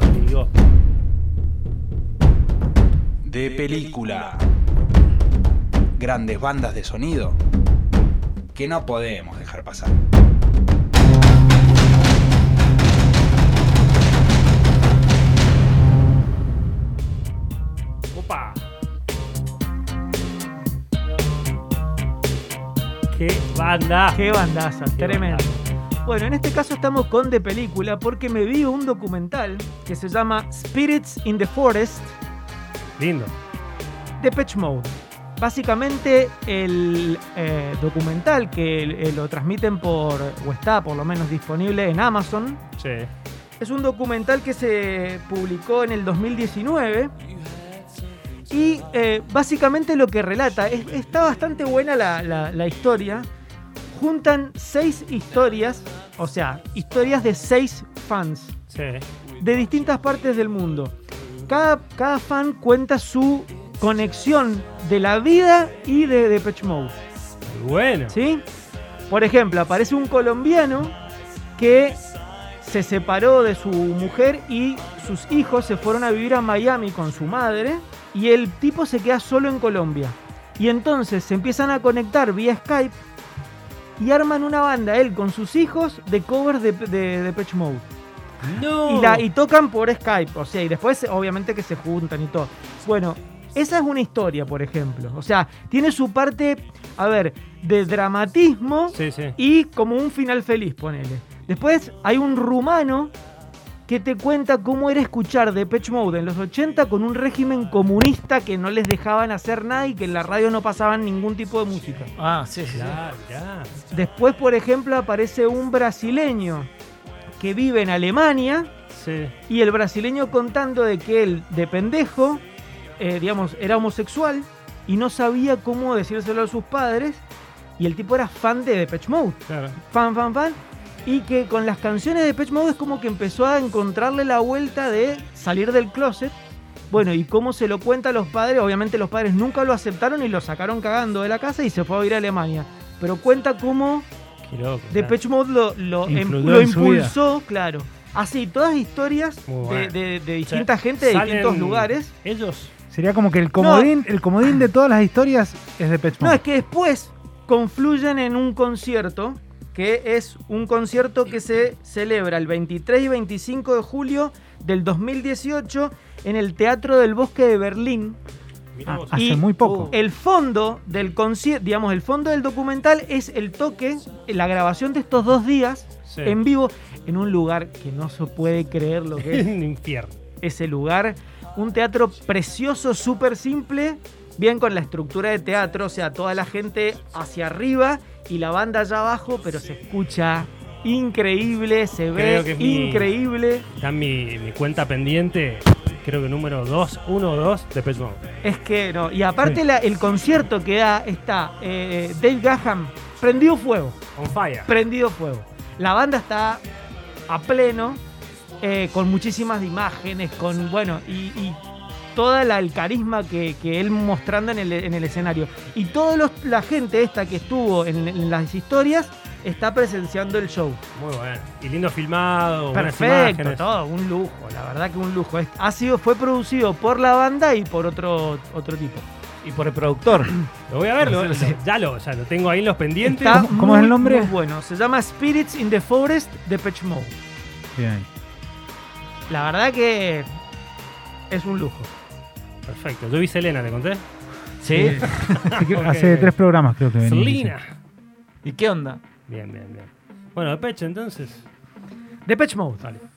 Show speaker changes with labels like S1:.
S1: Rodrigo.
S2: de película. Grandes bandas de sonido que no podemos dejar pasar.
S1: ¡Opa! ¡Qué banda!
S3: Qué bandaza,
S1: Qué
S3: tremendo.
S1: bandaza.
S3: Bueno, en este caso estamos con de película porque me vi un documental que se llama Spirits in the Forest
S1: Lindo.
S3: de Pitch Mode. Básicamente el eh, documental que eh, lo transmiten por, o está por lo menos disponible en Amazon,
S1: Sí.
S3: Es un documental que se publicó en el 2019 y eh, básicamente lo que relata, es- está bastante buena la, la- la historia, juntan seis historias, o sea, historias de seis fans
S1: Sí.
S3: de distintas partes del mundo. Cada, cada fan cuenta su conexión de la vida y de Depeche Mode.
S1: Muy bueno.
S3: ¿Sí? Por ejemplo, aparece un colombiano que se separó de su mujer y sus hijos se fueron a vivir a Miami con su madre y el tipo se queda solo en Colombia. Y entonces se empiezan a conectar vía Skype y arman una banda, él con sus hijos, de covers de, de, de Pitch Mode.
S1: No.
S3: Y, la- y tocan por Skype, o sea, y después obviamente que se juntan y todo. Bueno, esa es una historia, por ejemplo. O sea, tiene su parte, a ver, de dramatismo
S1: Sí, sí.
S3: y como un final feliz, ponele. Después hay un rumano que te cuenta cómo era escuchar de Pitch Mode en los 80 con un régimen comunista que no les dejaban hacer nada y que en la radio no pasaban ningún tipo de música.
S4: Ah, sí, sí. sí.
S1: Mirá, mirá.
S3: Después, por ejemplo, aparece un brasileño que vive en Alemania
S1: Sí.
S3: y el brasileño contando de que él, de pendejo, eh, digamos, era homosexual y no sabía cómo decírselo a sus padres y el tipo era fan de Depeche Mode
S1: Claro.
S3: fan, fan, fan. Y que con las canciones de Pech Mode es como que empezó a encontrarle la vuelta de salir del closet. Bueno, y cómo se lo cuenta a los padres. Obviamente los padres nunca lo aceptaron y lo sacaron cagando de la casa y se fue a ir a Alemania. Pero cuenta cómo
S1: Qué loco.
S3: de
S1: claro.
S3: Pech Mode lo, lo em-
S4: Influyó
S3: lo
S4: en su vida.
S3: impulsó, claro. Así, todas historias
S1: Muy
S3: de,
S1: bueno.
S3: de- de
S1: O sea,
S3: distinta gente, de
S1: salen
S3: distintos lugares.
S1: Ellos.
S4: Sería como que el comodín, el comodín de todas las historias es de Pech
S3: No, es
S4: Mode.
S3: que después confluyen en un concierto, que es un concierto que se celebra el 23 y 25 de julio del 2018 en el Teatro del Bosque de Berlín.
S1: Mirá vos.
S4: Hace
S3: y- Oh.
S4: muy poco.
S3: El fondo del concierto, digamos, el fondo del documental es el toque, la grabación de estos dos días
S1: Sí.
S3: en vivo en un lugar que no se puede creer lo que es
S1: Un infierno.
S3: ese lugar. Un teatro precioso, súper simple, bien con la estructura de teatro, o sea, toda la gente hacia arriba y la banda allá abajo, pero se escucha increíble, se
S1: Creo
S3: ve
S1: que es mi-
S3: increíble.
S1: Dan mi, mi cuenta pendiente. Creo que número 2, 1 o 2 de Pet Mode.
S3: Es que no, y aparte la- el concierto que da está eh, Dave Gaham, prendido fuego,
S1: On fire.
S3: prendido fuego. La banda está a pleno, eh, con muchísimas imágenes, con, bueno, y, y toda la, el carisma que, que él mostrando en el, en el escenario. Y toda la gente esta que estuvo en, en las historias está presenciando el show.
S1: Muy bueno. Y lindo filmado. buenas
S3: Perfecto,
S1: imágenes.
S3: todo, un lujo, la verdad que un lujo. Es- Ha sido, fue producido por la banda y por otro, otro tipo.
S4: Y por el productor.
S1: Lo voy a ver. lo-
S4: Sí, sí.
S1: lo- ya, lo, ya lo tengo ahí en los pendientes.
S3: Está
S4: ¿Cómo- cómo es
S3: muy,
S4: el nombre?
S3: muy bueno, se llama Spirits in the Forest de Pitch Mode.
S4: Bien.
S3: La verdad que es un lujo.
S1: Perfecto. Yo vi Selena, ¿le conté?
S4: Sí. Hace
S1: Ok.
S4: tres programas creo que venía.
S1: Selena.
S4: ¿Y qué onda?
S1: Bien, bien, bien. Bueno, de Peche entonces.
S3: De Pitch Mode.
S1: Vale.